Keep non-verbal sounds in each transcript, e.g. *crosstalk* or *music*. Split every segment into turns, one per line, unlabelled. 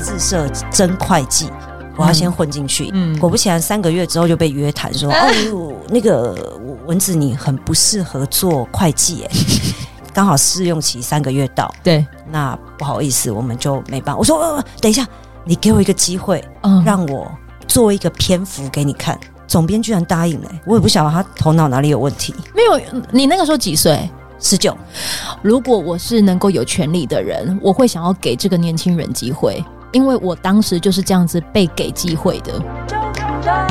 自设真会计。我要先混进去，
嗯
果不其然，三个月之后就被约谈说，哦，那个蚊子你很不适合做会计、欸， *laughs* 刚好试用期三个月到，
对，
那不好意思，我们就没办法。我说、呃，等一下，你给我一个机会，
嗯，
让我做一个篇幅给你看。总编居然答应了、欸我也不晓得他头脑哪里有问题。
没有你那个时候几岁？
十九，
如果我是能够有权利的人，我会想要给这个年轻人机会，因为我当时就是这样子被给机会的。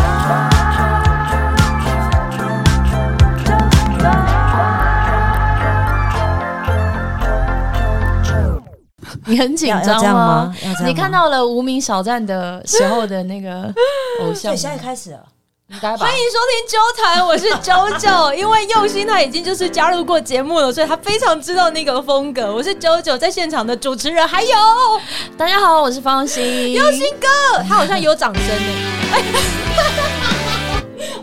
你很紧
要要
张
这样
吗
吗？？要这样吗
你看到了无名小站的时候的那
*laughs*
个
所
偶像
以
吗，
现在开始了。
应该吧
欢？迎收听纠谈，我是啾啾。 *laughs* 因为佑心他已经就是加入过节目了，所以他非常知道那个风格。我是啾啾，在现场的主持人，还有
大家好，我是方心。
佑心哥，他好像有掌声呢。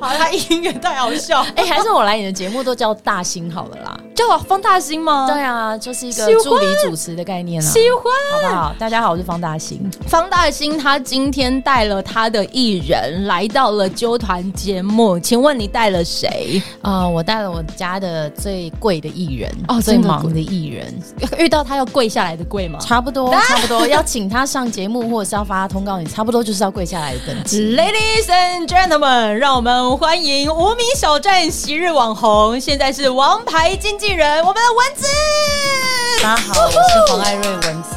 好，他音乐太好笑，
哎、还是我来你的节目都叫大星好了啦。
叫我方大星吗？
对啊，就是一个
喜欢
助理主持的概念啊，
喜欢。啊
好不好？大家好，我是方大星。
方大兴他今天带了他的艺人来到了纠团节目，请问你带了谁？
呃，我带了我家的最贵的艺人，
哦
最
真的
忙
贵
的艺人，
遇到他要跪下来的跪吗？
*laughs* 差不多，差不多要请他上节目或者是要发通告，你差不多就是要跪下来的等级。 *laughs*
Ladies and gentlemen，让我们欢迎无名小站昔日网红，现在是王牌经纪人，我们的蚊子。
大家好，我是黄艾瑞蚊子。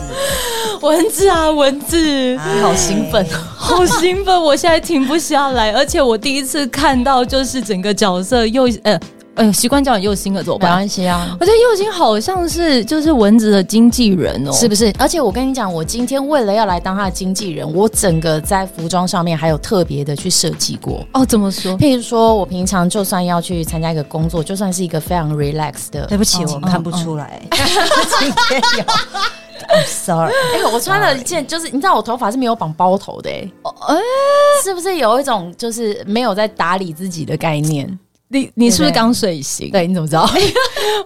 蚊子啊，蚊子，
嗨
*laughs* 好兴奋哦！
好兴奋！我现在停不
*laughs*
下来，而且我第一次看到就是整个角色又呃呃，习惯叫你右心了，怎么
没
办？
关系啊。
我觉得右心好像是就是蚊子的经纪人哦，
是不是？而且我跟你讲，我今天为了要来当他的经纪人，我整个在服装上面还有特别的去设计过。
哦，怎么说？
譬如说，我平常就算要去参加一个工作，就算是一个非常 relax 的，
对不起，
哦
我看不出来。今天 *laughs* 有，I'm sorry。
*laughs* 哎、我穿了一件，就是你知道我头发是没有绑包头的、哎、是不是有一种就是没有在打理自己的概念？
你你是不
对
是
不对
刚睡醒？，
对，你怎么知道？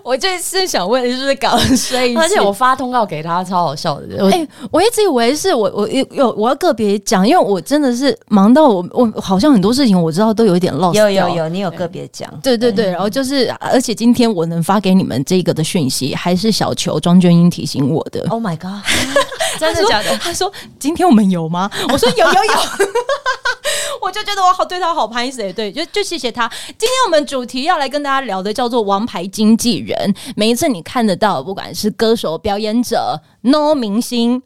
我就是想问你是不是刚睡醒？
*laughs* 而且我发通告给他，超好笑的。我
*laughs* 哎、我一直以为是我我有有我要个别讲，因为我真的是忙到我我好像很多事情我知道都有一点 lost
有有
掉。
有，你有个别讲。
对对对，然后就是，而且今天我能发给你们这个的讯息，还是小球庄娟英提醒我的。
Oh my god！
哦真的假的？他说今天我们有吗？我说有有 *laughs* 有。我就觉得我好对他好拍谁，对，就就谢谢他。今天我们主题要来跟大家聊的叫做“王牌经纪人”。每一次你看得到，不管是歌手、表演者、no 明星，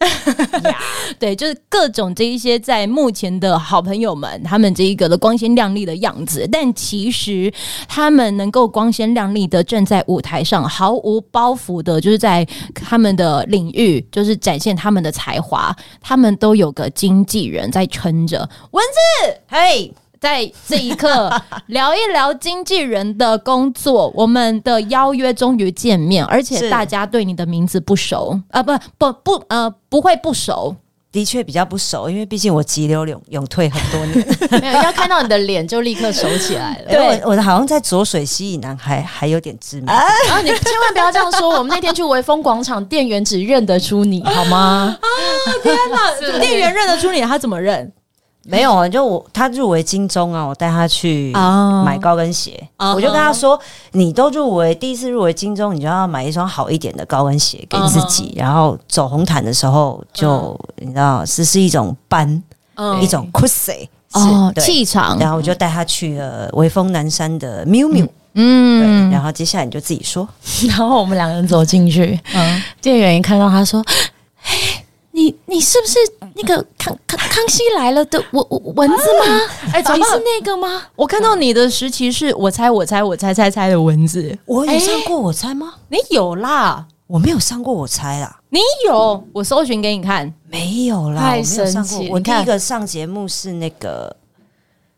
对，就是各种这一些在目前的好朋友们，他们这一个的光鲜亮丽的样子，但其实他们能够光鲜亮丽的站在舞台上，毫无包袱的，就是在他们的领域，就是展现他们的才华，他们都有个经纪人在撑着。蚊子，嘿。在这一刻聊一聊经纪人的工作，我们的邀约终于见面，而且
是
大家对你的名字不熟啊、不不不呃不会不熟，
的确比较不熟，因为毕竟我急流勇勇退很多 *laughs* 年。
*laughs* 没有要看到你的脸就立刻熟起来了。
因为我我好像在浊水溪以南还还有点知名。
然后你千万不要这样说，我们那天去微风广场，店员只认得出你，好吗？ *laughs*
那店员认得出你，他怎么认
没有啊，就我他入围金钟啊，我带他去
啊
买高跟鞋，
啊
我就跟他说，你都入围第一次入围金钟，你就要买一双好一点的高跟鞋给自己，
嗯
然后走红毯的时候就、你知道，这是一种班，一种 c u s y
嗯哦，
对
气场，
然后我就带他去了威风南山的 miu miu，、对，
嗯，哎
然后接下来你就自己说，
然后我们两个人走进去，
嗯
店员一看到他说：“哎，你你是不是那个康康康熙来了的蚊蚊子吗？
哎，
你
怎么？
是那个吗
我看到你的时期是我猜我猜我猜猜猜的文字，
我有上过我猜吗？
你有啦，
我没有上过我猜啦。
你有，我搜寻给你看。
没有啦，
太
我没有上
神
过
奇。
我
你
第
看
一个上节目是那个《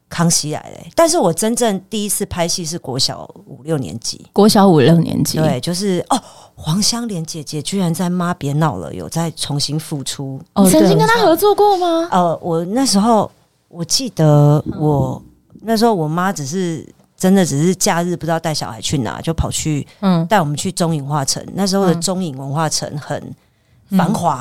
康熙来了》，但是我真正第一次拍戏是国小五六年级。
国小五六年级，
对，就是哦，黄香莲姐姐居然在《妈别闹了》有在重新复出。？”
哦
你曾经跟
他
他合作过吗？
呃，我那时候我记得我那时候我妈只是真的只是假日不知道带小孩去哪，就跑去
嗯，
带我们去中影文化城。那时候的
嗯
中影文化城很繁华，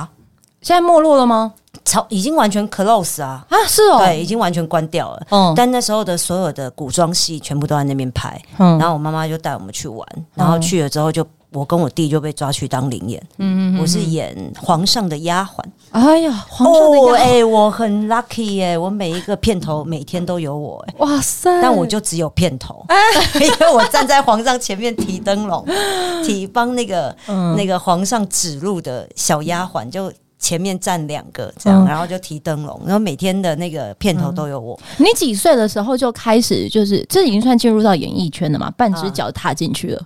现在没落了吗？
超已经完全 close 啊，
啊，是哦，
对，已经完全关掉了。
嗯
但那时候的所有的古装戏全部都在那边拍，
嗯
然后我妈妈就带我们去玩，然后去了之后就我跟我弟就被抓去当灵演，
嗯
我是演皇上的丫鬟。
哎呀，皇上的
哦，
丫鬟
哎、我很 lucky 哎、我每一个片头每天都有我哎、
哇塞！
但我就只有片头， *laughs* 因为我站在皇上前面提灯笼，提帮那个、那个皇上指路的小丫鬟就。前面站两个这样，
嗯
然后就提灯笼，然后每天的那个片头都有我。
你几岁的时候就开始，就是这已经算进入到演艺圈了嘛？半只脚踏进去了，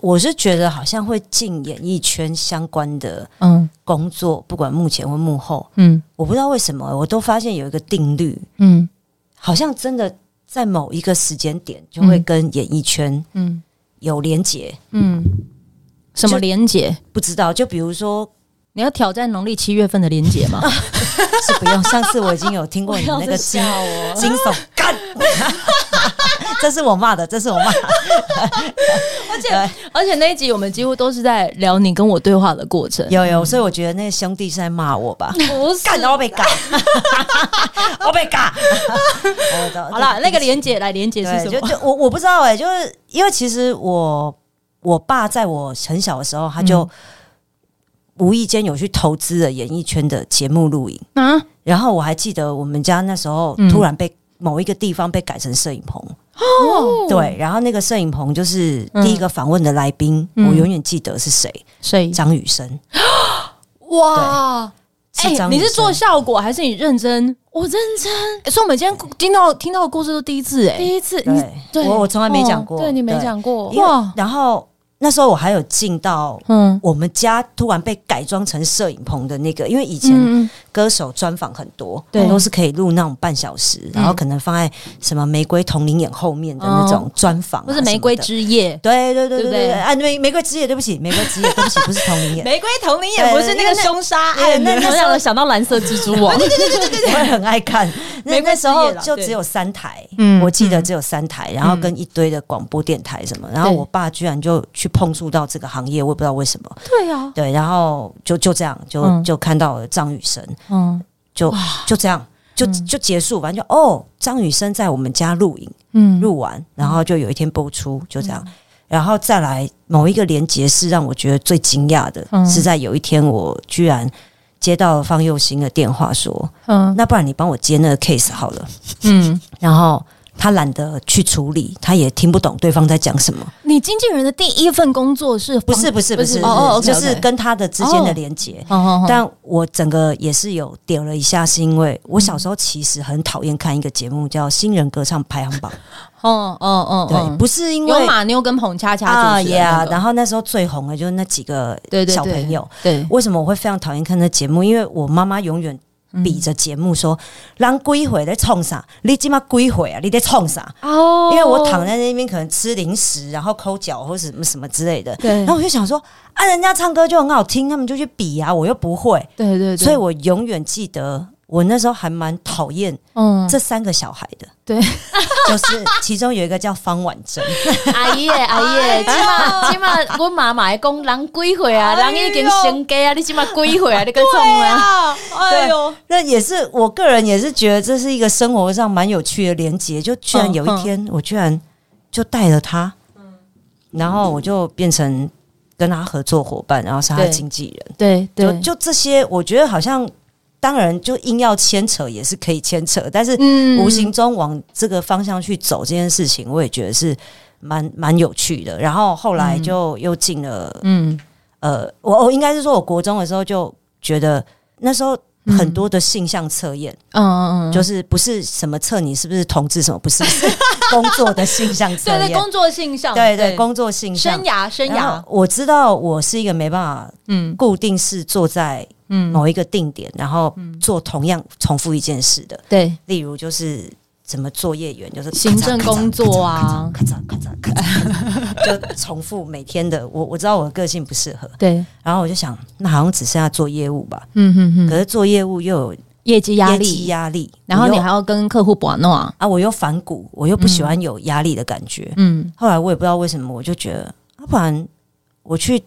我是觉得好像会进演艺圈相关的
嗯
工作，不管幕前或幕后，
嗯
我不知道为什么，我都发现有一个定律，
嗯
好像真的在某一个时间点就会跟演艺圈
嗯
有连结。
嗯，什么连结？
不知道，就比如说
你要挑战农历七月份的连结 *laughs* 吗？
是不用，上次我已经有听过你 *laughs* 那个惊惊悚干， *laughs* 这是我骂的，这是我骂的，而且
而且那一集我们几乎都是在聊你跟我对话的过程，
有有，所以我觉得那个兄弟是在骂我吧，
不是。
*laughs* 干我被 *laughs* 干，我被干，我的
好啦，那个连结来连结是
对，
什
就
么？
就我我不知道哎、就是因为其实我我爸在我很小的时候，他就无意间有去投资了演艺圈的节目录影，
啊，
然后我还记得我们家那时候
嗯
突然被某一个地方被改成摄影棚，
哦，
对，然后那个摄影棚就是
嗯
第一个访问的来宾，
嗯
我永远记得是谁，
谁？
张雨生，
哇！哎
是张雨
你是做
生
效果还是你认真？
我认真
欸所以我们今天听到听到的故事都第一次哎、
第一次，你哦
对，我我从来没讲过，
对你没，讲过
因，为
哇
然后那时候我还有进到。
嗯
我们家突然被改装成摄影棚的那个，因为以前
嗯
歌手专访很多，
对
都是可以录那种半小时，然后可能放在什么玫瑰同龄眼后面的那种专访、啊，
哦不是玫瑰。之夜，
对对
对
对对
不
对，
对
啊，玫玫瑰之夜，对不起，玫瑰之夜，对 *laughs* 不起，不是同
*laughs*
龄眼。
玫瑰同林也
对
不是那
因为
个
那
凶杀
对
案
那
的，
那
我
时候
让我想到蓝色蜘蛛网。
我也很爱看，那
玫瑰
那
之
时
夜
候
啦
就
对
只有三台，
嗯
我记得只有三台，然后跟一堆的广播电台什么，然后
对
我爸居然就去碰触到这个行业，我也不知道为什么，
对啊，
对，然后就就这样，就
嗯
就看到了张雨生，
嗯
就就这样，就就结束，反正就哦，张雨生在我们家录影，
嗯
录完，然后就有一天播出，就这样。然后再来某一个连结是让我觉得最惊讶的，
嗯
是在有一天我居然接到了方佑兴的电话说，
嗯
那不然你帮我接那个 case 好了。
嗯，
然后他懒得去处理，他也听不懂对方在讲什么。
你经纪人的第一份工作是
不是不是不
不
是，
是哦哦
就
OK，OK
是跟他的之间的连结。
哦哦
但我整个也是有点了一下，是因为我小时候其实很讨厌看一个节目叫《新人歌唱排行榜》，
哦哦
对，不是因为
有马妞跟彭恰恰
啊
主持
呀，
的
然后那时候最红的就是那几个
对对嗯
小朋友。
对，
为什么我会非常讨厌看那节目？因为我妈妈永远比着节目说：“
嗯
人鬼回在冲啥？你今妈鬼回啊？你在冲啥？”
哦
因为我躺在那边可能吃零食，然后抠脚或什么什么之类的。
对
然后我就想说啊，人家唱歌就很好听，他们就去比啊，我又不会，
对对对，
所以我永远记得。我那时候还蛮讨厌
嗯
这三个小孩的， *laughs*
对，
就是其中有一个叫方婉珍，
阿 *laughs* 姨耶，阿姨耶，起码起码，阮妈妈会讲人几岁啊，
哎呦
人已经成家啊，你起码几岁啊，你个创啊，
啊，哎呦，
那也是我个人也是觉得这是一个生活上蛮有趣的连接，就居然
嗯
有一天我居然就带了他，然后我就变成跟他合作伙伴，然后是他的
对
经纪人，
对
就
对，
就这些，我觉得好像当然就硬要牵扯也是可以牵扯，但是
嗯
无形中往这个方向去走这件事情，我也觉得是蛮蛮有趣的。然后后来就又进了，
嗯
呃，我我应该是说我国中的时候就觉得那时候。很多的性向测验，
嗯嗯嗯，
就是不是什么测你是不是同志，什么不是， *laughs* 是工作的性向测
对
验，
对， *laughs* 工作性向，
对对工作性向
生。涯生
然后
涯，
我知道我是一个没办法
嗯
固定是坐在
嗯，
某一个定点，然后
嗯
做同样重复一件事的，
对，
例如就是怎么作业员，就是
行政工作啊，
咔嚓咔嚓咔嚓咔嚓，就重复每天的。我我知道我的个性不适合，
对，
然后我就想，那好像只剩下做业务吧。
嗯嗯
可
嗯，
是做业务又有
业绩压
业绩
力，
压力，
然后
我又
你还要跟客户把弄啊，
啊，我又反骨，我又不喜欢有压力的感觉。
嗯
啊后来我也不知道为什么，我就觉得，要、不然我去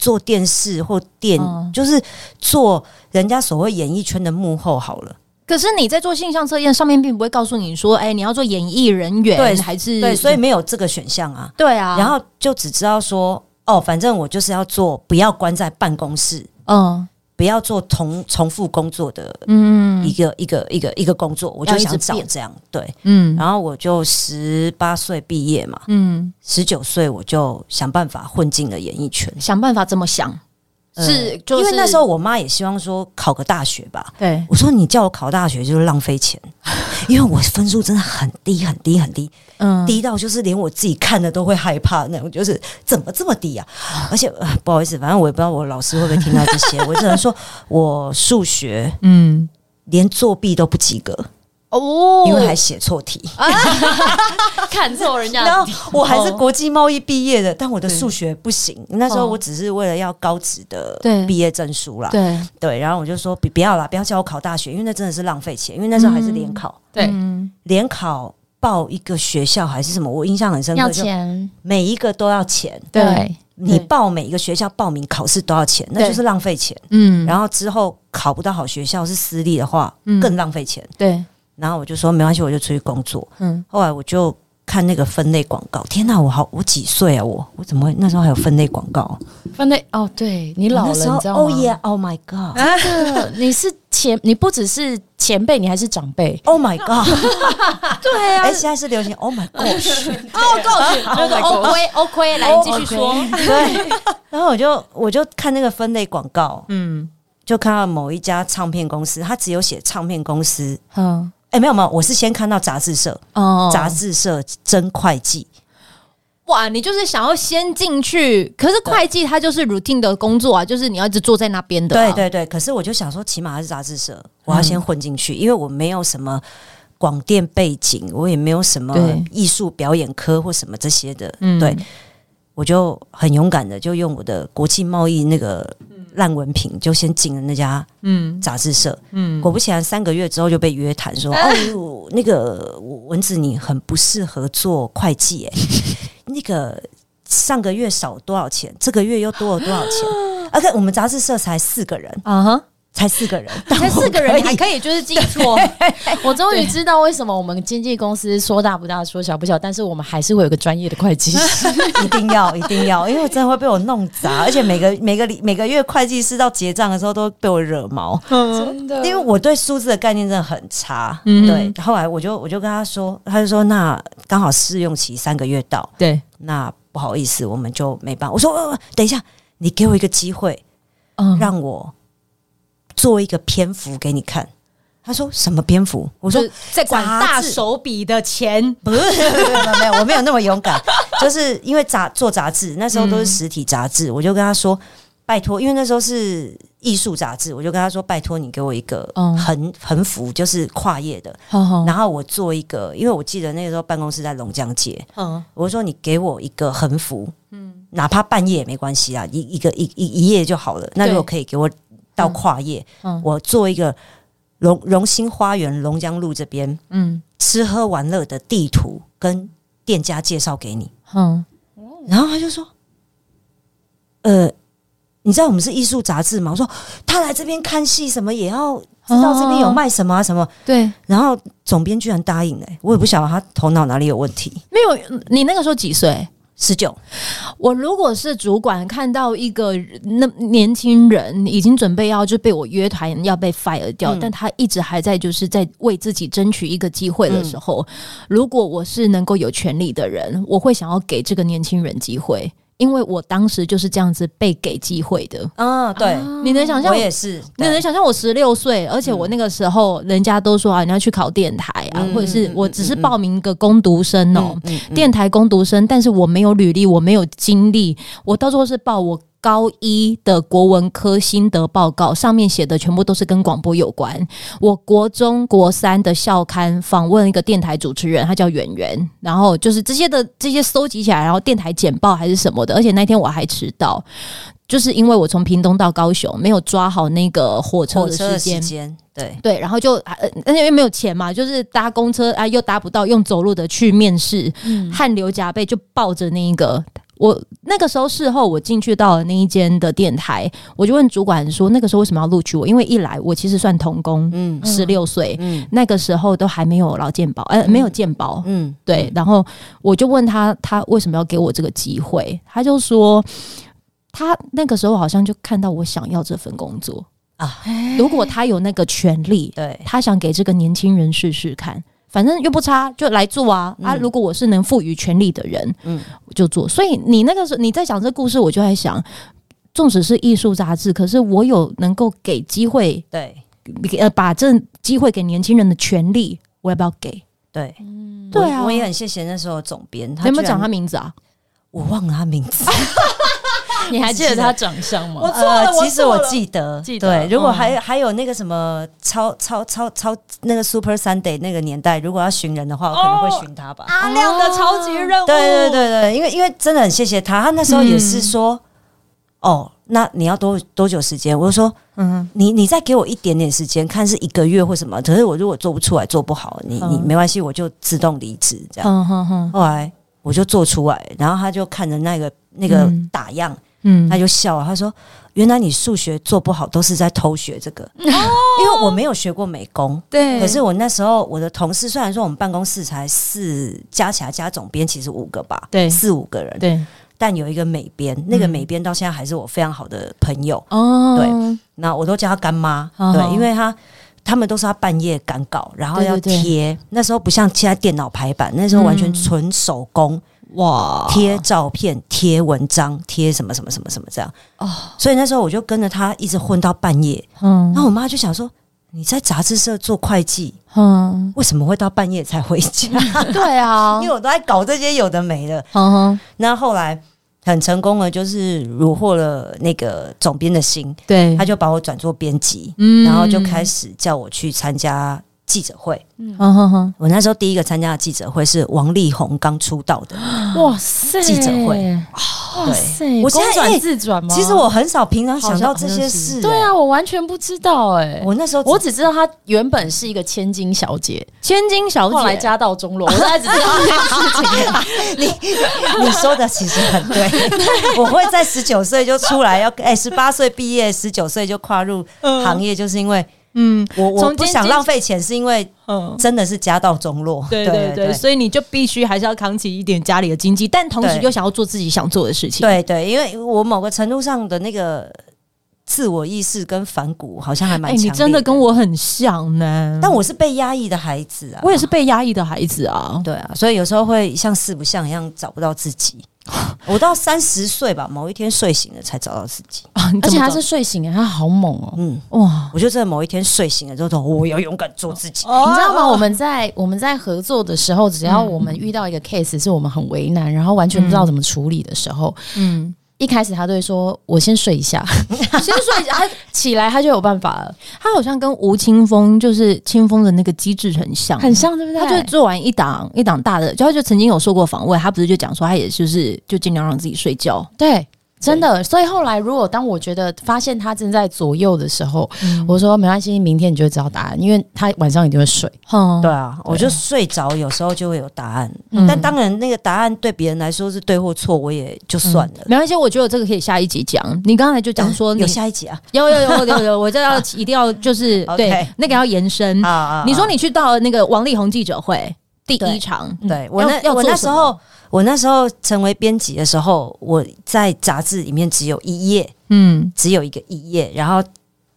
做电视或电，
嗯
就是做人家所谓演艺圈的幕后好了。
可是你在做性向测验上面，并不会告诉你说，哎、你要做演艺人员，
对
还是
对，所以没有这个选项啊。
对啊，
然后就只知道说，哦，反正我就是要做，不要关在办公室，
嗯
不要做重重复工作的
嗯
一个、一个一个一个工作，我就
要一直
想找
变
这样。对，
嗯
然后我就十八岁毕业嘛，
嗯，
十九岁我就想办法混进了演艺圈。
想办法怎么想？
嗯
是就是
因为那时候我妈也希望说考个大学吧。
对，
我说你叫我考大学就是浪费钱，因为我分数真的很低很低很低，
嗯
低到就是连我自己看了都会害怕那种，就是怎么这么低啊？
嗯
而且、呃不好意思，反正我也不知道我老师会不会听到这
*laughs*
些，我只能说我数学
嗯，
连作弊都不及格，
哦啊
因为还写错题。
看错人家
然后我还是国际贸易毕业的，但我的数学不行。那时候我只是为了要高职的
哦对
毕业证书啦，
对，
对，然后我就说不不要啦，不要叫我考大学，因为那真的是浪费钱。因为那时候还是联考，
对
嗯
联考报一个学校还是什么，我印象很
嗯
深刻，
要
就
钱，
每一个都要钱。
对，
你报每一个学校报名考试都要钱，那
对
就是浪费钱。
嗯，后
然后之后考不到好学校是私立的话，
嗯
更浪费钱。
对，
然后我就说没关系，我就出去工作。
嗯
后来我就看那个分类广告，天哪，我好我几岁啊？我我怎么会那时候还有分类广告？
放在哦，对你老了，
我
你
那
知
时
道
候
吗
Oh yeah, Oh my God,
真的你是前，你不只是前辈，你还是长辈。
Oh my God！ *laughs*
*laughs*
对
啊
哎，现在是流行 Oh my God。
哦， *laughs* 告
*laughs*
诉你，O
Oh 哦
K O K，来，你继续说，
对，然后我就我就看那个分类广告，
嗯
就看到某一家唱片公司，它只有写唱片公司。
嗯
哎、没有没有，我是先看到杂志社，
哦
杂志社真会计，
哇，你就是想要先进去，可是会计它就是 routine 的工作啊，就是你要一直坐在那边的、啊
对，啊嗯对对。可是我就想说，起码还是杂志社，我要先混进去，因为我没有什么广电背景，我也没有什么
对
艺术表演科或什么这些的，
嗯
对。我就很勇敢的，就用我的国际贸易那个烂文凭，就先进了那家
嗯
杂志社。
嗯
果不其然，三个月之后就被约谈
*laughs*
说：“哦，那个蚊子，你很不适合做会
*laughs*
计、欸，那个上个月少多少钱，这个月又多了多少
*laughs*
钱？而且我们杂志社才四个人，
啊
Uh-huh
哈，
才四个人，
*laughs* 才四个人，你还
以
可以就是记
*laughs*
错，
我终于知道为什么我们经纪公司说大不大，说小不小，但是我们还是会有个专业的会计师。
一定要一定要，因为我真的会被我弄
*laughs*
砸，而且每个每个礼每个月会计师到结账的时候都被我
*laughs*
惹毛，
*laughs* 真的
因为我对数字的概念真的很差。
嗯
对，后来我就我就跟他说，他就说那刚好试用期三个月到。”
对，
那不好意思，我们就没办法。我说、呃、等一下，你给我一个机会，
嗯，
让我做一个篇幅给你看。他说什么篇幅？我
我
说
在管大
杂志
手笔的钱，
不是，没有没有，我没有那么勇敢，就是因为杂做杂志那时候都是实体杂志，我就跟他说拜托，因为那时候是艺术杂志，我就跟他说拜托你给我一个
嗯
横横幅，就是跨页的，
好好，
然后我做一个，因为我记得那个时候办公室在龙江街，
嗯
我说你给我一个横幅，嗯，哪怕半页也没关系啊，一一个一一一页就好了。那
对
如果可以给我到跨页，
嗯
我做一个荣荣兴花园龙江路这边
嗯
吃喝玩乐的地图跟店家介绍给你。
嗯，
然后他就说，呃。你知道我们是艺术杂志吗？我说他来这边看戏，什么也要知道这边有卖什么啊什么。
对，
然后总编居然答应了、我也不晓得他头脑哪里有问题。
没有，嗯你那个时候几岁？
十九，
我如果是主管，看到一个那年轻人已经准备要就被我约谈，要被 fire 掉，
嗯
但他一直还在就是在为自己争取一个机会的
嗯
时候，如果我是能够有权利的人，我会想要给这个年轻人机会，因为我当时就是这样子被给机会的。
嗯，对，
你能想象
我？也是，
你能想象我十六岁，而且我那个时候人家都说啊，你要去考电台啊，
嗯
或者是
嗯
我
嗯
只是
嗯
报名一个攻读生哦、
嗯
电台工读生，但是我没有履历，我没有经历，我到最后是报我高一的国文科心得报告，上面写的全部都是跟广播有关。我国中国三的校刊访问一个电台主持人，他叫圆圆，然后就是这些的这些搜集起来，然后电台简报还是什么的，而且那天我还迟到。就是因为我从屏东到高雄没有抓好那个火车
火
的
车
时
的时
间，
间，对，
对，然后就啊呃，而且因为没有钱嘛，就是搭
嗯
公车啊，又搭不到，用走路的去面试，汗流浃背，就抱着那一个我那个时候事后，我进去到了那一间的电台，我就问主管说，那个时候为什么要录取我？因为一来我其实算童工，
嗯
十六岁，
嗯
那个时候都还没有劳健保，呃，没有健保，
嗯，
对，然后我就问他，他为什么要给我这个机会？他就说，他那个时候好像就看到我想要这份工作
啊
啊。如果他有那个权利，
对，
他想给这个年轻人试试看，反正又不差，就来做啊、啊！
嗯
如果我是能赋予权利的人，
嗯
嗯，我就做。所以你那个时候你在讲这故事，我就在想。纵使是艺术杂志，可是我有能够给机会，
对
给呃，把这机会给年轻人的权利，我要不要给？
对
嗯
对啊
我我也很谢谢那时候的总编，他
你有没有
居然
讲他名字啊？
我忘了他名字，
你还记得他长相吗？
错了
呃
我
其实
错
我
了
记得，
记得
对，如果
嗯
还还有那个什么超超超超那个 Super Sunday 那个年代，如果要寻人的话，我可能
哦
会寻他吧。
阿亮的超级任
哦
务，
对对对对，因为因为真的很谢谢他，他那时候也是
嗯
说，哦，那你要多多久时间？我就说，嗯，你你再给我一点点时间，看是一个月或什么。可是我如果做不出来，做不好，你你
嗯
没关系，我就自动离职这样。
嗯哼哼，
后来我就做出来，然后他就看着那个那个
嗯
打样，
嗯
他就笑了，他说。原来你数学做不好都是在偷学这
*laughs*
个，因为我没有学过美工，
对
可是我那时候我的同事，虽然说我们办公室才四，加起来加总编其实五个吧，
对
四五个人，
对
但有一个美编，那个
嗯
美编到现在还是我非常好的朋友，
哦
对那我都叫她干妈，
哦
对，因为她他们都是她半夜赶稿，然后
对
要
对对
贴，那时候不像现在电脑排版，那时候完全
嗯
纯手工，
哇
贴照片、贴文章、贴什么什么什么什么这样，
哦，
所以那时候我就跟着她一直混到半夜，
嗯
然后我妈就想说。你在杂志社做会计，
嗯
为什么会到半夜才回家？
对啊
*laughs* 因为我都在搞这些有的没的。
嗯哼
那后来很成功的，就是虏获了那个总编的心，
对
他就把我转做编辑，
嗯
然后就开始叫我去参加记者会。
嗯哼哼
我那时候第一个参加的记者会是王力宏刚出道的，
哇塞，
记者会
哇塞，
我现在
公转自转吗？
其实我很少平常想到
好
这
像
些事、
对啊，我完全不知道哎
欸，，我那时候
我只知道她原本是一个千金小姐，
千金小
后来
姐
家道中落，我现在只 *laughs* 知道这件事情。
你说的其实
*laughs*
很对，我会在十九岁就出来要，哎十八岁毕业，十九岁就跨入行业，就是因为
嗯
我我
从
不
经济
想浪费钱，是因为
嗯。
真的是家道中落。
对对对，所以你就必须还是要扛起一点家里的经济，但同时
对
又想要做自己想做的事
哎
情。
对对，因为我某个程度上的那个自我意识跟反骨好像还蛮
哎，
强烈、
你真的跟，我很像呢。
但我是被压抑的孩子啊，
我也是被压抑的孩子啊。
对啊，所以有时候会像四不像一样找不到自己。我到三十岁吧，某一天睡醒了才找到自己。
啊 *laughs* 你
而
怎
且
么
她
找
是睡醒哎，她好猛哦。
嗯，
哇，
我就真的某一天睡醒了之后，我要勇敢做自己。
哦
你知道吗？ *laughs* 我们在我们在合作的时候，只要我们遇到一个 case 是我们很为难，然后完全不知道怎么处理的时候，
嗯，
一开始他都会说：“我先睡一下，
先说一下，他
起来他就有办法了。
他好像跟吴青峰就是清风的那个机制很”像，
很像，对不对？
嗯他就做完一档一档大的，就他就曾经有受过访问，他不是就讲说他也就是就尽量让自己睡觉，
对，真的。所以后来，如果当我觉得发现他正在左右的时候，
嗯
我说没关系，明天你就会知道答案，因为他晚上一定会睡。
嗯
对，啊，我就睡着，有时候就会有答案。
嗯
但当然，那个答案对别人来说是对或错，我也就算了。
没关系，我觉得这个可以下一集讲。你刚才就讲说你
有下一集啊，
嗯有有有有有有，我这要一定 *laughs* 要就是
OK
对那个要延伸
啊。啊啊
你说你去到那个王力宏记者会第一场，
对
嗯
我
要
那
要
我
做
那
什
时候我那时候成为编辑的时候，我在杂志里面只有一页，
嗯
只有一个一页，然后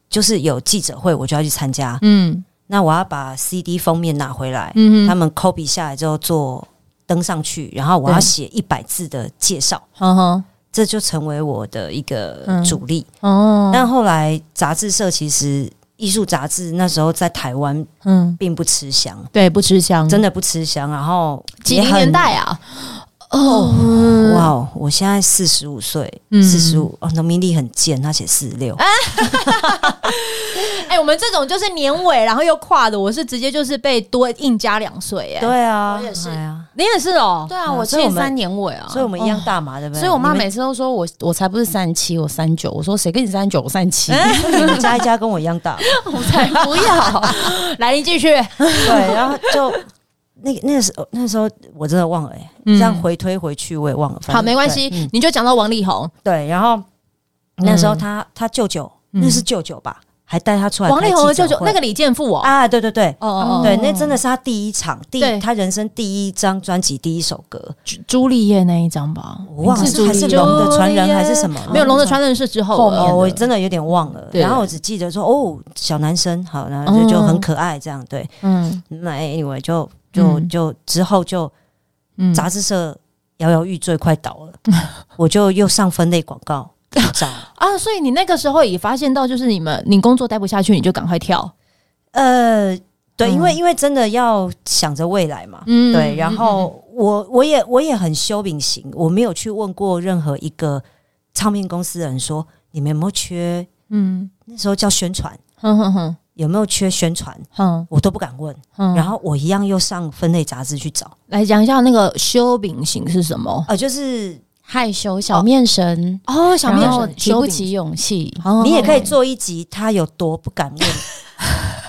就是有记者会，我就要去参加。
嗯
那我要把 CD 封面拿回来，
嗯
他们 copy 下来之后做登上去，然后我要
对
写一百字的介绍，
哼哼
这就成为我的一个
嗯
主力。
哦，
但后来杂志社其实艺术杂志那时候在台湾
嗯，
并不吃香，
对，不吃香，
真的不吃香，然后
嗯几
也
零
很
年代啊，哦，
哇哦，我现在四十五岁，
嗯
四十五哦，农民力很贱，他写四十六，
哎、我们这种就是年尾然后又跨的，我是直接就是被多硬加两岁哎，
对啊，
我也是
哎呀
你也是哦、
对啊，
嗯
我
所以我
七
们
三年尾啊，
所以我们一样大嘛，对不对？
所以我妈
你们
每次都说我我才不是三七，我三九。我说谁跟你三九？我三七，
你们家一
*laughs*
家跟我一样大，
我才不要。
来，你继续。
对，然后就那个那个时候那时候我真的忘了哎、
嗯
这样回推回去我也忘了。反正
好，没关系，你就讲到王力宏，
对。对，然后那时候
嗯
他他舅舅，
嗯
那是舅舅吧，还带他出来
王力宏的
开记
舅
者
舅，
会
那个李健富哦，
啊，对对对。
哦哦，
对，那真的是他第一场，第
对
一他人生第一张专辑第一首歌，
*laughs* 朱朱丽叶那一张吧，
我忘了
是朱
是还是
丽叶嗯
龙的传人还是什么？
没有《龙的传人》是之后呃
后
了
哦，我
面的
真的有点忘了。
对
然后我只记得说，哦，小男生，好，然后就就很可爱这样。对，
嗯
那 anyway 就就
嗯
就之后就
嗯，
杂志社摇摇欲坠，快倒
*laughs*
了，我就又上分类广告去找。
啊？所以你那个时候也发现到，就是你们你工作待不下去，你就赶快跳，
呃，对，
嗯
因为因为真的要想着未来嘛。
嗯
对，然后我我也我也很修秉行，我没有去问过任何一个唱片公司的人说你们有没有缺，
嗯
那时候叫宣传，
哼哼哼
有没有缺宣传，
哼
我都不敢问。
哼，
然后我一样又上分类杂志去找，
来讲一下那个修饼型是什么？
呃，就是
害羞小面神，
哦，小面
然后
神
提不起，勇气，
修饼
你也可以。
哦
做一集，他有多不敢问， *laughs*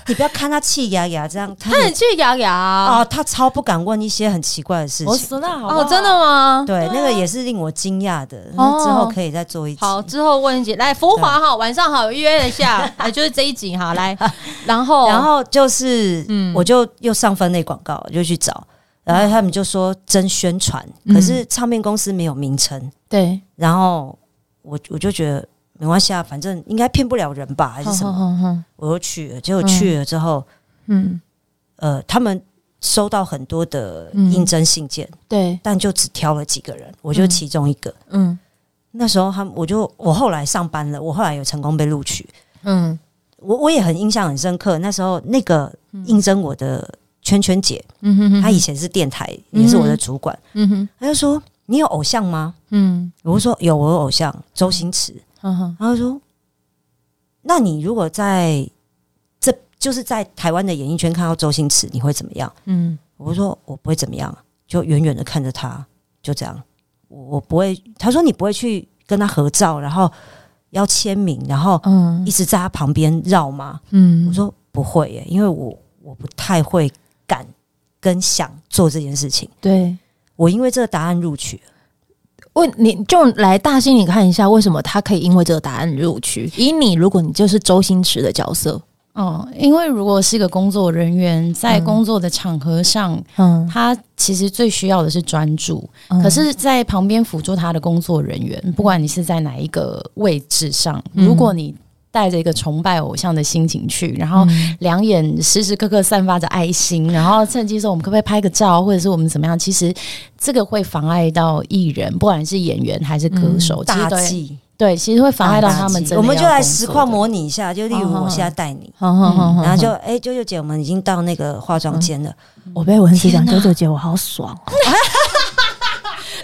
你不要看他气牙牙这样，他
他很去牙牙
啊，他超不敢问一些很奇怪的事
我
情。
死了，好不好
哦，真的吗？
对，那个也是令我惊讶的。那之后可以再做一集。
哦好，之后问一嗯姐来福华哈，晚上好约一 *laughs* 下，啊，就是这一集哈， *laughs* 来，然后
然后就是，
嗯
我就又上分类广告，就去找，然后他们就说真宣传，
嗯
可是唱片公司没有名称，
对，
然后我我就觉得没关系啊，反正应该骗不了人吧，还是什么，
么？
我又去了，结果去了之后，
嗯，
呃，他们收到很多的
嗯
应征信件，
对，
但就只挑了几个人，我就
嗯
其中一个。
嗯
那时候他们，我就我后来上班了，我后来有成功被录取，
嗯
我我也很印象很深刻。那时候那个应征我的圈圈姐，
嗯哼
她以前是电台，也是我的主管，
嗯哼
她就说：“你有偶像吗
嗯？”
我就说：“有，我有偶像，周星驰。
嗯哼，
然后她说：“那你如果在这就是在台湾的演艺圈看到周星驰，你会怎么样？”
嗯
我说我不会怎么样，啊就远远的看着他，就这样。我我不会，他说你不会去跟他合照，然后要签名，然后
嗯
一直在他旁边绕吗？
嗯，
我说不会耶，因为我我不太会敢跟想做这件事情。
对，
我因为这个答案录取，
问你就来大兴，你看一下为什么他可以因为这个答案录取？以你，如果你就是周星驰的角色，
嗯，因为如果是一个工作人员，在
哦嗯
工作的场合上，
嗯，
他其实最需要的是专注，
嗯
可是，在旁边辅助他的工作人员，不管你是在哪一个位置上，
嗯
如果你带着一个崇拜偶像的心情去，然后
嗯
两眼时时刻刻散发着爱心，然后趁机说我们可不可以拍个照，或者是我们怎么样？其实这个会妨碍到艺人，不管是演员还是歌
嗯
手，其
大
实对
忌，
对，其实会妨碍到他们
大忌
真
我
的
们就
要
来
工
实
作
况
的哦
模拟一下，就例
好
如
好
我
好
现在带你，
好好好好，
然后就哎，啾啾姐，我们已经到那个化妆间了，
我被文思讲九九姐，我好爽哦。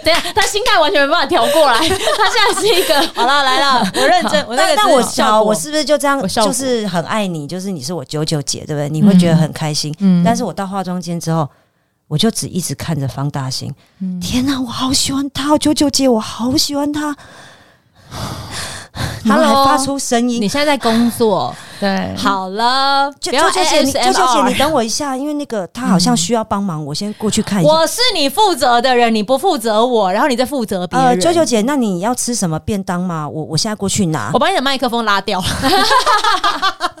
等
啊
一下，他心态完全没办法调过
*laughs*
来，他现在是一个好了来了，我认真，我那
哦
个
那那
只
我
有效
小
果
我是不是就这样，
我效果
就是很爱你，就是你是我九九姐，对不对？你会觉得很开心。
嗯
但是我到化妆间之后，我就只一直看着方大兴。天哪，我好喜欢他哦，九九姐，我好喜欢 *laughs* 他。他还
Hello
发出声
你
音，
现在在工作，
对，
好了，
就
不
九
要
九姐，你九九姐，你
ASMR。
等我一下，因为那个他好像需要帮忙，我先过去看一下。
我是你负责的人，你不负责我，然后你再负责别
呃，
人。
九九姐，那你要吃什么便当吗？我我现在过去拿
我。把你的麦克风拉掉。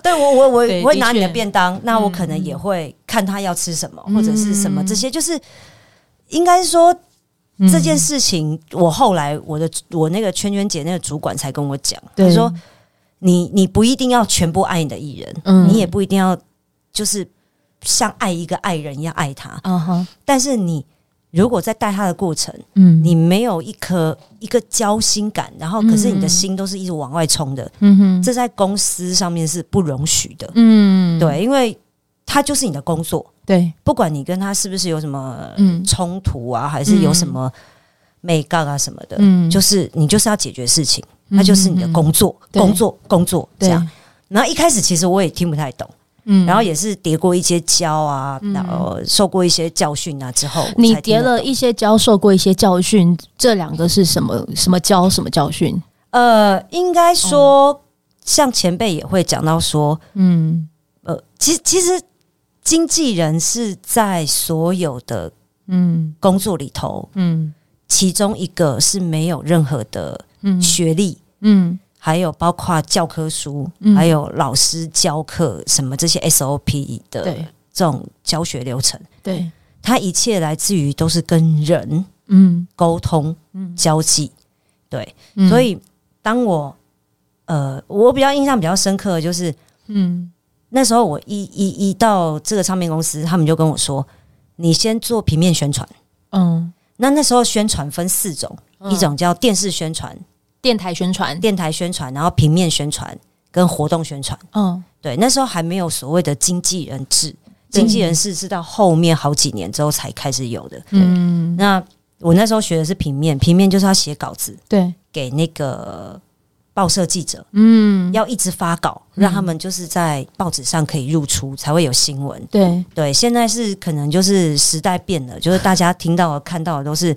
对我我我
对
我会
的
拿你的
确
便当，那我可能也会看他要吃什么、或者是什么，
嗯
这些就是应该说
嗯
这件事情，我后来我的我那个圈圈姐那个主管才跟我讲，
对
他说你你不一定要全部爱你的艺人，
嗯
你也不一定要就是像爱一个爱人一样爱他，
啊哈，
但是你。如果在带他的过程，
嗯
你没有一颗一个交心感，然后可是你的
嗯
心都是一直往外冲的，
嗯哼，
这在公司上面是不容许的。
嗯
对，因为它就是你的工作，
对，
不管你跟他是不是有什么
嗯
冲突啊，还是有什么美杠啊什么的，
嗯
就是你就是要解决事情，那就是你的工作，
对
工作，工作这
对
样。然后一开始其实我也听不太懂，
嗯
然后也是跌过一些跤啊，然后受过一些教训啊之后，我
你
才听
叠
得
了
懂
一些教，受过一些教训，这两个是什么？什么教？什么教训？
呃，应该说像前辈也会讲到说，
嗯
呃，其实其实经纪人是在所有的
嗯
工作里头，
嗯
其中一个是没有任何的
嗯
学历，
嗯
还有包括教科书，
嗯
还有老师教课什么这些 SOP 的
对
这种教学流程，
对，
它一切来自于都是跟人
嗯
沟通、
嗯
交际。对，
嗯
所以当我呃，我比较印象比较深刻的就是
嗯
那时候我一一一到这个唱片公司，他们就跟我说，你先做平面宣传。
嗯
那那时候宣传分四种，一种叫电视宣传、
电台宣传，
电台宣传，然后平面宣传跟活动宣传。
嗯
对，那时候还没有所谓的经纪人制，
对
经纪人制是到后面好几年之后才开始有的。
嗯
那我那时候学的是平面，平面就是要写稿子
对
给那个报社记者，
嗯
要一直发稿，让他们就是在报纸上可以入出，才会有新闻。
对
对，现在是可能就是时代变了，就是大家听到的、看到的都是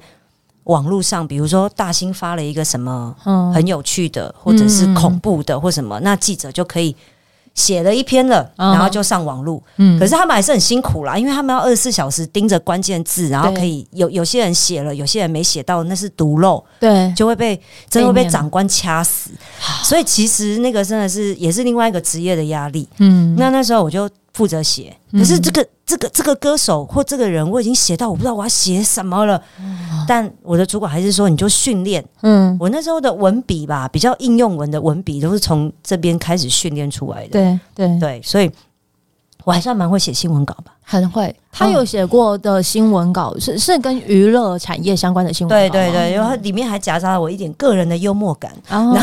网络上，比如说大兴发了一个什么
嗯
很有趣的，或者是恐怖的，或什么，那记者就可以写了一篇了，
嗯
然后就上网路。
嗯
可是他们还是很辛苦啦，因为他们要二十四小时盯着关键字，然后可以有有些人写了，有些人没写到，那是毒漏，
对
就会被真的会
被
被
念
长官
*sighs*
掐死。所以其实那个真的是也是另外一个职业的压力。
嗯
那那时候我就负责写，可是这个、这个这个歌手或这个人，我已经写到我不知道我要写什么了。但我的主管还是说，你就训练。
嗯
我那时候的文笔吧，比较应用文的文笔都是从这边开始训练出来的。
对对，
对，所以我还算蛮会写新闻稿吧。
很会。
他有写过的新闻稿是是跟娱乐产业相关的新闻
对
稿吗
对，对，然后里面还夹杂了我一点个人的幽默感，
然后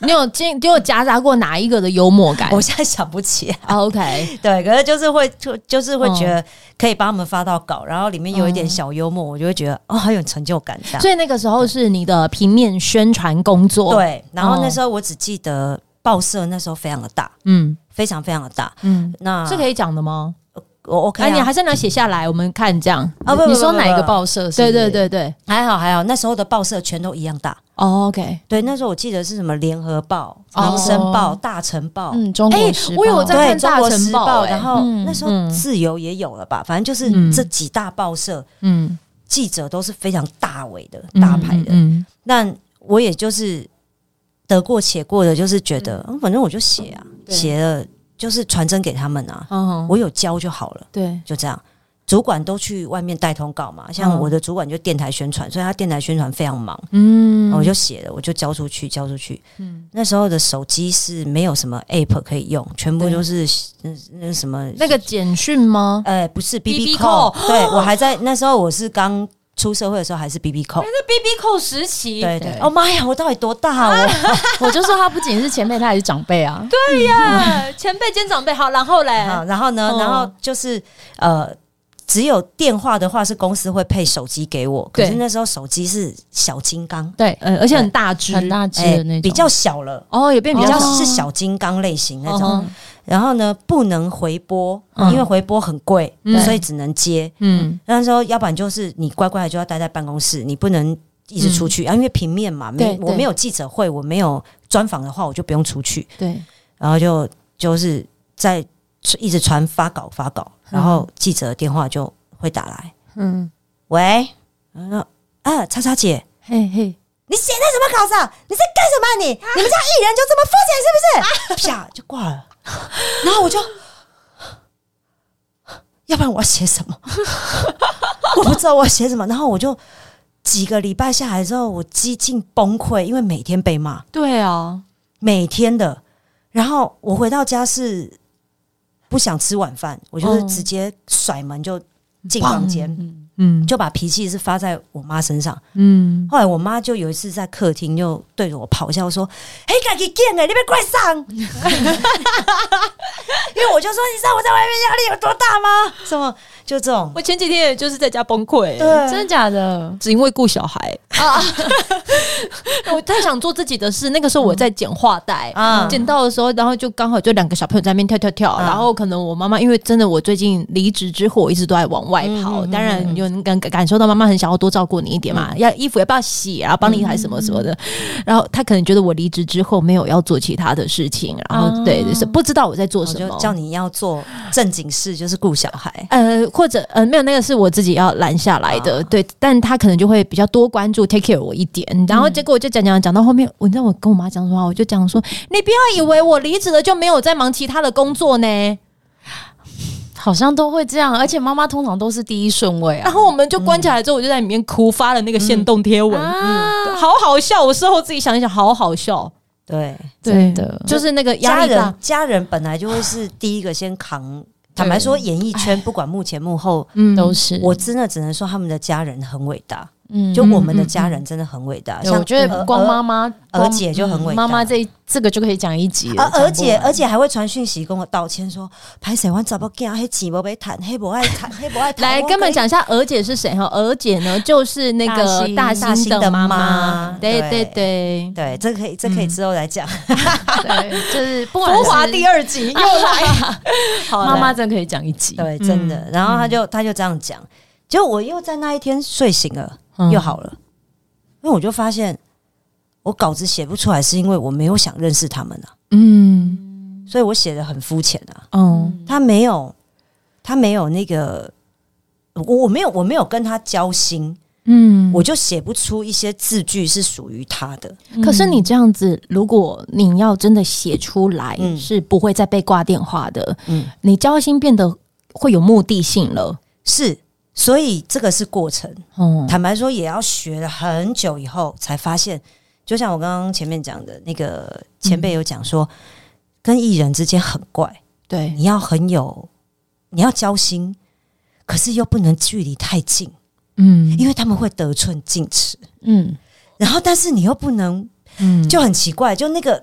你有经你有夹杂过哪一个的幽默感
我现在想不起来。
哦？OK，
对，可是就是会就就是会觉得可以帮他们发到
嗯
稿，然后里面有一点小幽默，我就会觉得哦，很有成就感这样。
所以那个时候是你的平面宣传工作，，
对，然后
哦
那时候我只记得报社那时候非常的大，
嗯
非常非常的大。
嗯，
那
是可以讲的吗？
我 OK
哎，你
啊
还，是能写下来，我们看这样。
啊不不
你
不
说
不
哪一
不
个
不
报社？是不
对
是
对，对对
还好还好，那时候的报社全都一样大。
哦，OK，
对，那时候我记得是什么联合报、
哦
民生报、大成报。
嗯，中
哎
国时
我有
报
在
对，
看
中
大
国
成
时
报
报，
哎
然后
嗯
那时候
嗯
自由也有了吧，反正就是
嗯
这几大报社
嗯，
记者都是非常大尾的、大牌的。
嗯
但我也就是得过且过的，就是觉得、嗯反正我就写啊，
嗯对
写了就是传真给他们啊，
嗯，
我有交就好了，
对，
就这样。主管都去外面带通告嘛，像
嗯
我的主管就电台宣传，所以他电台宣传非常忙，
嗯
我就写了，我就交出去，交出去。那时候的手机是没有什么 app 可以用，全部
对
都是那那什么
那个简讯吗？
呃不是
BB
BB 扣，对
*laughs*
我还在那时候我是刚出社会的时候还是 BB
哎
呃扣，
那 B B 扣时期，
对
对
对。哦妈呀，我到底多大啊？我
*laughs* 我就说他不仅是前辈，他也是长辈啊。
对呀，前辈兼长辈，好，然后
哎
嘞，
*laughs* 好，然后呢，
嗯
然后
哦
就是呃，只有电话的话是公司会配手机给我，可
对
是那时候手机是小金刚，
对，
呃，而且很大只，
很大只的那种，
哎比较小了。
哦，也变
比较
小
是小金刚类型那种，
哦
然后呢不能回拨，
嗯
因为回拨很贵，
嗯
所以只能接。
嗯
那时候要不然就是你乖乖的就要待在办公室，你不能一直
嗯
出去啊，因为平面嘛，没
对
我
对
没有记者会，我没有专访的话，我就不用出去。
对，
然后就就是在一直传发稿发稿，然后记者的电话就会打来，
嗯，
喂，然后啊，叉叉姐，
嘿嘿，
你写那什么稿子啊？你在干什么啊、你你们家艺人就这么肤浅是不是？啪就挂了，然后我就，要不然我要写什么？我不知道我要写什么，然后我就。几个礼拜下来之后，我几近崩溃，因为每天被骂，
对啊，
每天的。然后我回到家是不想吃晚饭，我就是
嗯
直接甩门就进房间，
嗯，
嗯
就把脾气是发在我妈身上。
嗯，
后来我妈就有一次在客厅就对着我咆哮说：“嘿，赶紧见哎，你别怪上！” *laughs* 因为我就说：“你知道我在外面压力有多大吗？”什么就这种
我前几天也就是在家崩溃，欸
啊
对
真的假的？
只因为顾小
*laughs*
孩， *laughs*
我太想做自己的事。那个时候我在剪画带。
嗯
啊
剪到的时候，然后就刚好就两个小朋友在那边跳跳跳，
嗯
然后可能我妈妈因为真的我最近离职之后，我一直都在往外跑，
嗯嗯嗯
当然
嗯
有有能感感受到妈妈很想要多照顾你一点嘛，
嗯
要衣服要不要洗啊，帮你还什么什么的。然后他可能觉得我离职之后没有要做其他的事情，然后、
啊
对对是不知道我在做
我
什
就
哦
么。
叫你要做正经事，就是顾小孩。
呃，或者呃，没有那个是我自己要拦下来
啊
的，对，但他可能就会比较多关注 take care 我一点，
嗯
然后结果我就讲讲讲到后面，我你知道我跟我妈讲什么话，我就讲说，你不要以为我离职了就没有在忙其他的工作
嗯
呢，
好像都会这样，而且妈妈通常都是第一顺位
然
啊。
后我们就关起来之后，我就在里面哭，发了那个限动贴文，
嗯
啊，
好好笑，我事后自己想一想，好好笑，
对，
真的，
就是那个压
家
力大
人，家人本来就会是第一个先扛。坦白说，演艺圈不管幕前幕后，
嗯
都是
我真的只能说他们的家人很伟大。
嗯
就我们的家人真的很伟大，呃
对我觉得光妈
妈，
妈、
娥
光
姐就很伟大
妈妈这一这个就可以讲一集
而
了，
而且
讲不完
而
啊
且还会传讯息跟我道歉说，拍谁玩找不见，黑几不被谈，黑不爱
*laughs*
谈，黑不爱谈。
来
我
跟我们
跟
讲一下，娥姐是谁哈？娥姐呢，就是那个
大
大
兴大
兴
兴
的
的
妈
妈
妈，对对
对
对
你，。对，这可以这
嗯
可以之后来
*laughs*
讲。
对，就是不管
中华
是
第二集又来，好
妈妈真的可以讲一集，
对，
嗯
真的。然后他就他就这样讲，结果我又在那一天睡醒了，
*laughs*
又好了，
嗯
因为我就发现我稿子写不出来，是因为我没有想认识他们啊，
嗯
所以我写的很肤浅啊。
哦
嗯
他没有，他没有那个，我我没有我没有跟他交心，
嗯
我就写不出一些字句是属于他的。
嗯
可是你这样子，如果你要真的写出来，
嗯
是不会再被挂电话的。
嗯，
你交心变得会有目的性了。
是，所以这个是过程。
哦，
坦白说，也要学了很久以后才发现，就像我刚刚前面讲的那个前辈有讲说，跟艺人之间很怪，
对，
你要很有，你要交心，可是又不能距离太近，
嗯
因为他们会得寸进尺。
嗯，
然后，但是你又不能，
嗯
就很奇怪，就那个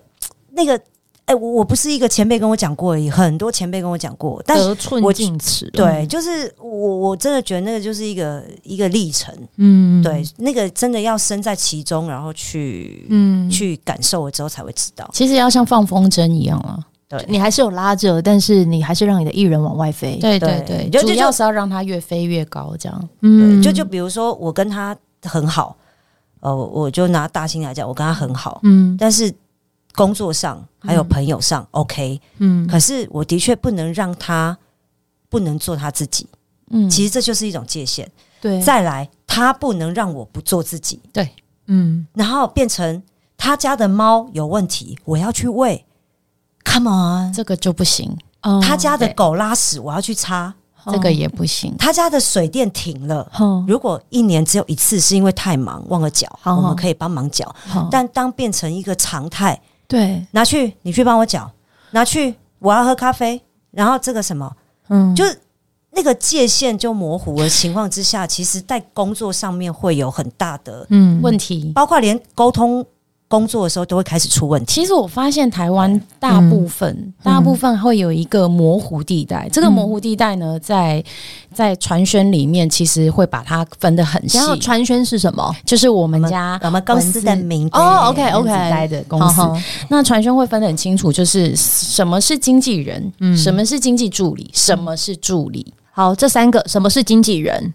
那个，哎、我我不是一个前辈跟我讲过而已，很多前辈跟我讲过，但是
得寸
我
进尺。
对，，就是我我真的觉得那个就是一个一个历程，
嗯，
对，那个真的要身在其中，然后去、
嗯，
去感受了之后才会知道。
其实要像放风筝一样啊，
你还是有拉着，但是你还是让你的艺人往外飞。
对对
对
对，
就就
主要是要让它越飞越高，这样
嗯
对，就就比如说我跟他很好，呃，我我就拿大兴来讲，我跟他很好，
嗯
但是工作上还有朋友上、OK，
嗯，
可是我的确不能让他不能做他自己，
嗯，
其实这就是一种界限。
对，
再来，他不能让我不做自己，
嗯
然后变成他家的猫有问题，我要去喂。Come on，
这个就不行，
哦
他家的
对
狗拉屎，我要去擦。
这个也不行，
他家的水电停了。
好
如果一年只有一次，是因为太忙忘了缴，
好
我
好
们可以帮忙缴。
好，
但当变成一个常态，
对，
拿去你去帮我缴，拿去我要喝咖啡，然后这个什么，
嗯
就那个界限就模糊的情况之下，其实在工作上面会有很大的，
嗯
问题。
包括连沟通工作的时候都会开始出问题。
其实我发现台湾大部分、
嗯
大部分会有一个模糊地带，这个模糊地带呢，在在传宣里面其实会把它分得很细
然，后传宣是什么？
就是我们家
我们公司的
文字
名
哦，OK，OK
原子呆的公司，
好好
那传宣会分得很清楚，就是什么是经纪人，
嗯
什么是经济助理，什么是助理。
好，这三个什么是经纪人？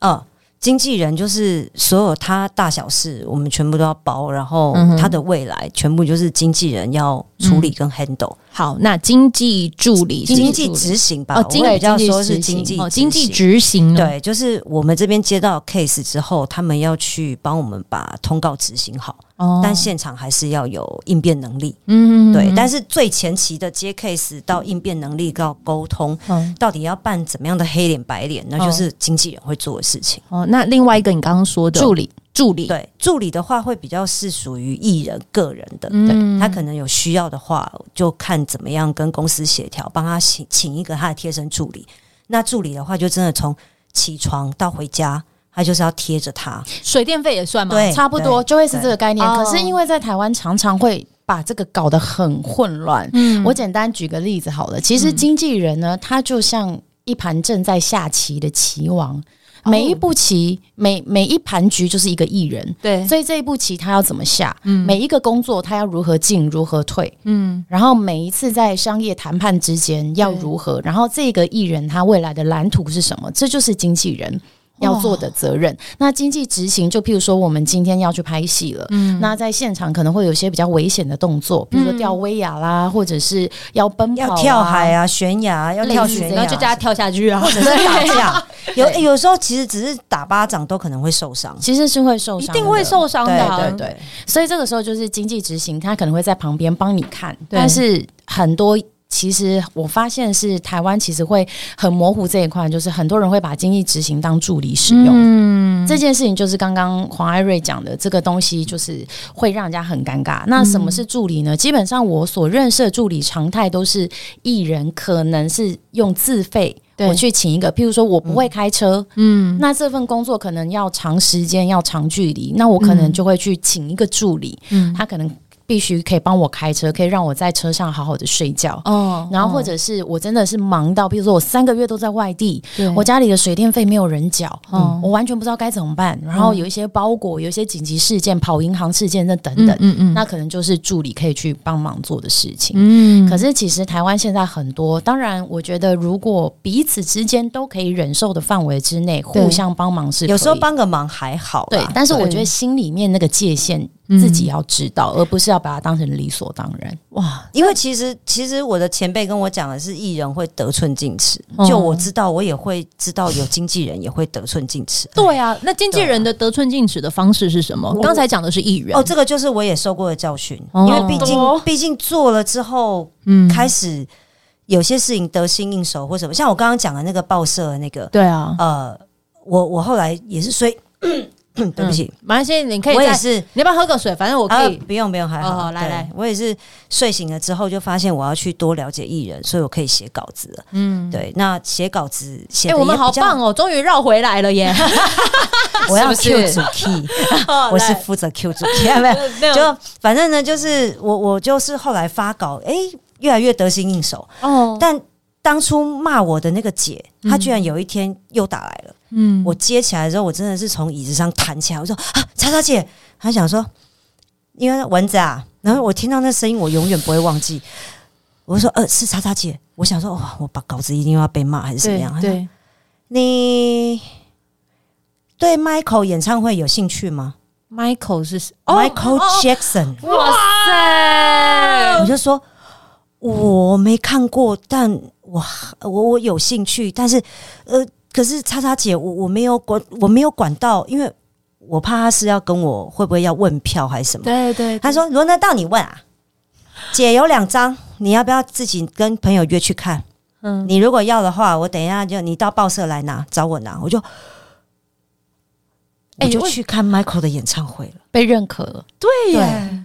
嗯，经纪人就是所有他大小事，我们全部都要包，然后
嗯哼
他的未来全部就是经纪人要处理跟 handle，、
好，那嗯经济助理是
经济执行吧，
哦
我
经
会比较说是
经
经
济执行
济
哦，经济
执
执
行。
行哦，
对，就是我们这边接到 case 之后，他们要去帮我们把通告执行好，
哦，
但现场还是要有应变能力。
嗯
对，但
是
是最前期的接 case 到应变能力到沟通，
嗯
到底要办怎么样的黑脸白脸，那就是经纪人会做的事情。
哦，那另外一个你刚刚说的
助理
助
嗯
理，
对，助理的话会比较是属于艺人个人的，
嗯
对他可能有需要的话，就看怎么样跟公司协调，帮他请请一个他的贴身助理。那助理的话，就真的从起床到回家，他就是要贴着他。
水电费也算吗？
对，
嗯差不多
对。
就会是这个概念。
哎对哦
可是因为在台湾常常会把这个搞得很混乱。
嗯
我简单举个例子好了，其实经纪人呢，他就像一盘正在下棋的棋王，
哦
每一步棋，每每一盘局就是一个艺人。
对，
所以这一步棋他要怎么下，
嗯
每一个工作他要如何进，如何退，
嗯
然后每一次在商业谈判之间要如何，然后这个艺人他未来的蓝图是什么，这就是经纪人。要做的责任。那经济执行，就譬如说我们今天要去拍戏了，
嗯
那在现场可能会有一些比较危险的动作，比如说吊威亚
嗯
啦，或者是要奔跑、
要跳海，啊，悬崖要跳悬
然
崖，
后就叫他跳下去
*laughs*
啊，
只是打架。有欸有时候其实只是打巴掌都可能会受伤，
其实是会受
一
伤的，
定会受伤的啊。
对对对，所以这个时候就是经济执行，他可能会在旁边帮你看，
对
但是很多。其实我发现是台湾其实会很模糊这一块，就是很多人会把经济执行当助理使用。
嗯，
这件事情就是刚刚黄艾瑞讲的，这个东西就是会让人家很尴尬。那
嗯
什么是助理呢？基本上我所认识的助理常态都是艺人，可能是用自费。
对
我去请一个，譬如说我不会开车，
嗯，
那这份工作可能要长时间，要长距离，那我可能就会去请一个助理，
嗯
他可能必须可以帮我开车，可以让我在车上好好的睡觉。
哦
然后或者是我真的是忙到，譬如说我三个月都在外地，
对
我家里的水电费没有人缴，
哎哦
我完全不知道该怎么办。然后有一些包裹，有一些紧急事件、跑银行事件那等等，
嗯嗯
那可能就是助理可以去帮忙做的事情。
嗯
可是其实台湾现在很多，当然我觉得如果彼此之间都可以忍受的范围之内，
对
互相帮忙是可以
有时候帮个忙还好啦。
对，但是我
对
觉得心里面那个界限
嗯
自己啊要知道，而不是要把它当成理所当然。
哇，
因为其实其实我的前辈跟我讲的是，艺人会得寸进尺。
嗯
就我知道，我也会知道有经纪人也会得寸进尺。
对啊，那经纪人的得寸进尺的方式是什么？
我
刚才讲的是艺人
哦，这个就是我也受过的教训，
哦
因为毕竟
懂
毕竟做了之后，
嗯
开始有些事情得心应手或什么，像我刚刚讲的那个报社的那个，
对啊，
呃，我我后来也是所以 *coughs* 对不起，
马来西亚你嗯可以
我也
再，
是
你要不要喝口水？反正我
啊，
可以。
不用不用，还好。
哦来
对
来，
我也是睡醒了之后就发现我要去多了解艺人，所以我可以写稿子了。嗯，对，那写稿子写
哎，
的
我们好棒
哦！
哦，终于绕回来了
*laughs*
耶！
我要
是不
Q
是
主 key，我
*laughs*
是负责 Q 主 key，啊没有。
没有
哦就反正呢，就是我我就是后来发稿，哎，越来越得心应手。
哦，
但当初骂我的那个姐，她居然有一天又打来了。
嗯
我接起来之后，我真的是从椅子上弹起来，我说啊，叉叉姐，她想说，因为蚊子啊，然后我听到那声音，我永远不会忘记。我说呃，是叉叉姐，我想说哇，我把稿子一定要被骂还是怎么样？她说，
对，
你对 Michael 演唱会有兴趣吗、
Michael 是哦
m i c h a e l Jackson，、
哇塞！
我就说我没看过，但我我我有兴趣，但是呃，可是叉叉姐，我我没有管，我没有管到，因为我怕她是要跟我会不会要问票还是什么。
对对，
她说轮得到你问啊，姐有两张，你要不要自己跟朋友约去看？
嗯，
你如果要的话，我等一下就你到报社来拿，找我拿，我就。我
哎
就
为
去看 Michael 的演唱会了，
被认可了，
对
对
耶，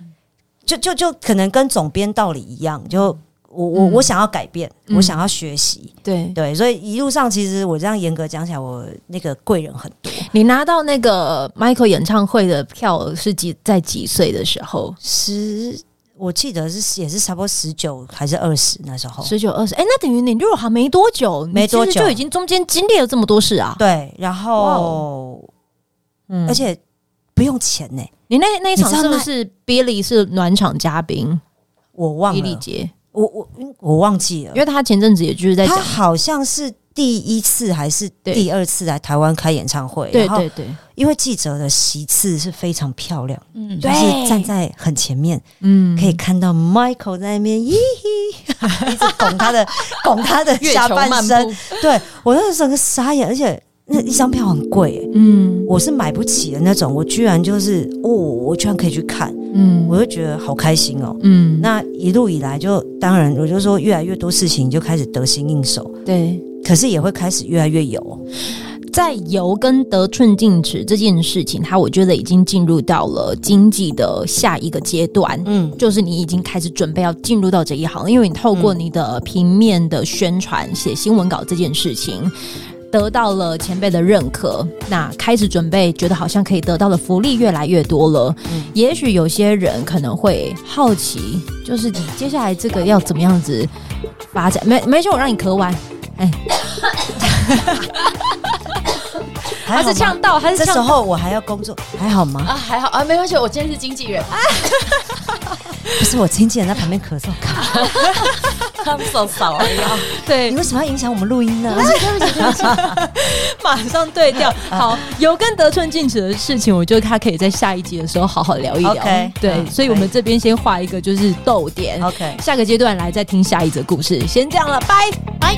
就就就可能跟总编道理一样，就我我、
嗯
我想要改变，
嗯
我想要学习，
对，
对，所以一路上其实我这样严格讲起来，我那个贵人很多，
你拿到那个 Michael 演唱会的票是几在几岁的时候？
十我记得是也是差不多十九还是二十那时候，
十九二十，哎，那等于你入行没多久，你
哦没多
其实
久
就已经中间经历了这么多事啊。
对，然
哇哦
后、
嗯
而且不用钱呢、
你那那一场
你知
是
道
不
那
是 Billy 是暖场嘉宾？
我忘
伊丽
了，
杰，
我我我忘记了
因，为他前阵子也就是在讲
他，好像是。第一次还是
对
第二次来台湾开演唱会，
对
然后
对对，
因为记者的席次是非常漂亮，
嗯，
就
对
是站在很前面，
嗯
可以看到 Michael 在那边咦嘿，一直拱他的拱他的
月
下
球
半
漫
身
步，
对我那时候整个傻眼，而且那一张票很贵、欸，
嗯
我是买不起的那种，我居然就是哦，我居然可以去看，
嗯
我就觉得好开心哦。
嗯
那一路以来就，当然我就说越来越多事情就开始得心应手，
对，
可是也会开始越来越有。
在油跟得寸进尺这件事情，它我觉得已经进入到了经济的下一个阶段。
嗯，
就是你已经开始准备要进入到这一行，因为你透过你的平面的宣传、写新闻稿这件事情，得到了前辈的认可，那开始准备，觉得好像可以得到的福利越来越多了。也许有些人可能会好奇，就是你接下来这个要怎么样子发展？没没事，我让你咳完。
还好吗
到，他
这时候我还要工作，还好吗？
啊，还好啊，没关系，我今天是经纪人，
不是我经纪人在旁边咳嗽，靠
他们手少啊，
对
你，为什么要影响我们录音呢？
马上对
*laughs*
调。好，有跟德春进尺的事情，我觉得他可以在下一集的时候好好聊一聊。
OK，
对，
嗯
所以我们这边先画一个就是逗点。
OK
下个阶段来再听下一则故事，先这样了，拜。
拜。